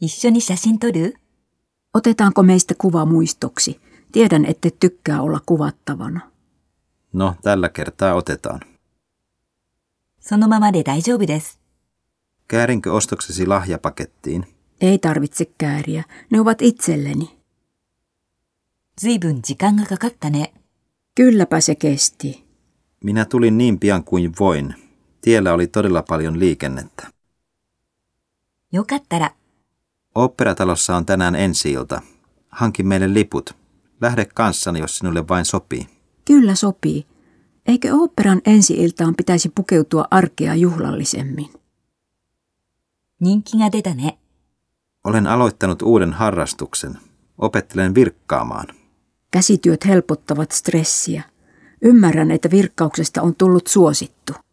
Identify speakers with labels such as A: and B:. A: 一緒に写真撮る
B: Otetaanko meistä kuva muistoksi? Tiedän, ette tykkää olla kuvattavana.
C: No, tällä kertaa otetaan.
A: そのままで大丈夫です。
C: Käärinkö ostoksesi lahjapakettiin?
B: Ei tarvitse kääriä, ne ovat itselleni.
A: 随分時間がかかったね。
B: Kylläpä se kesti.
C: Minä tulin niin pian kuin voin. Tiellä oli todella paljon liikennettä.
A: よかったら、
C: Oopperatalossa on tänään ensi-ilta. Hankin meille liput. Lähde kanssani, jos sinulle vain sopii.
B: Kyllä sopii. Eikö oopperan ensi-iltaan pitäisi pukeutua arkea juhlallisemmin?
A: 人気が出たね。
C: Olen aloittanut uuden harrastuksen. Opettelen virkkaamaan.
B: Käsityöt helpottavat stressiä. Ymmärrän, että virkkauksesta on tullut suosittu.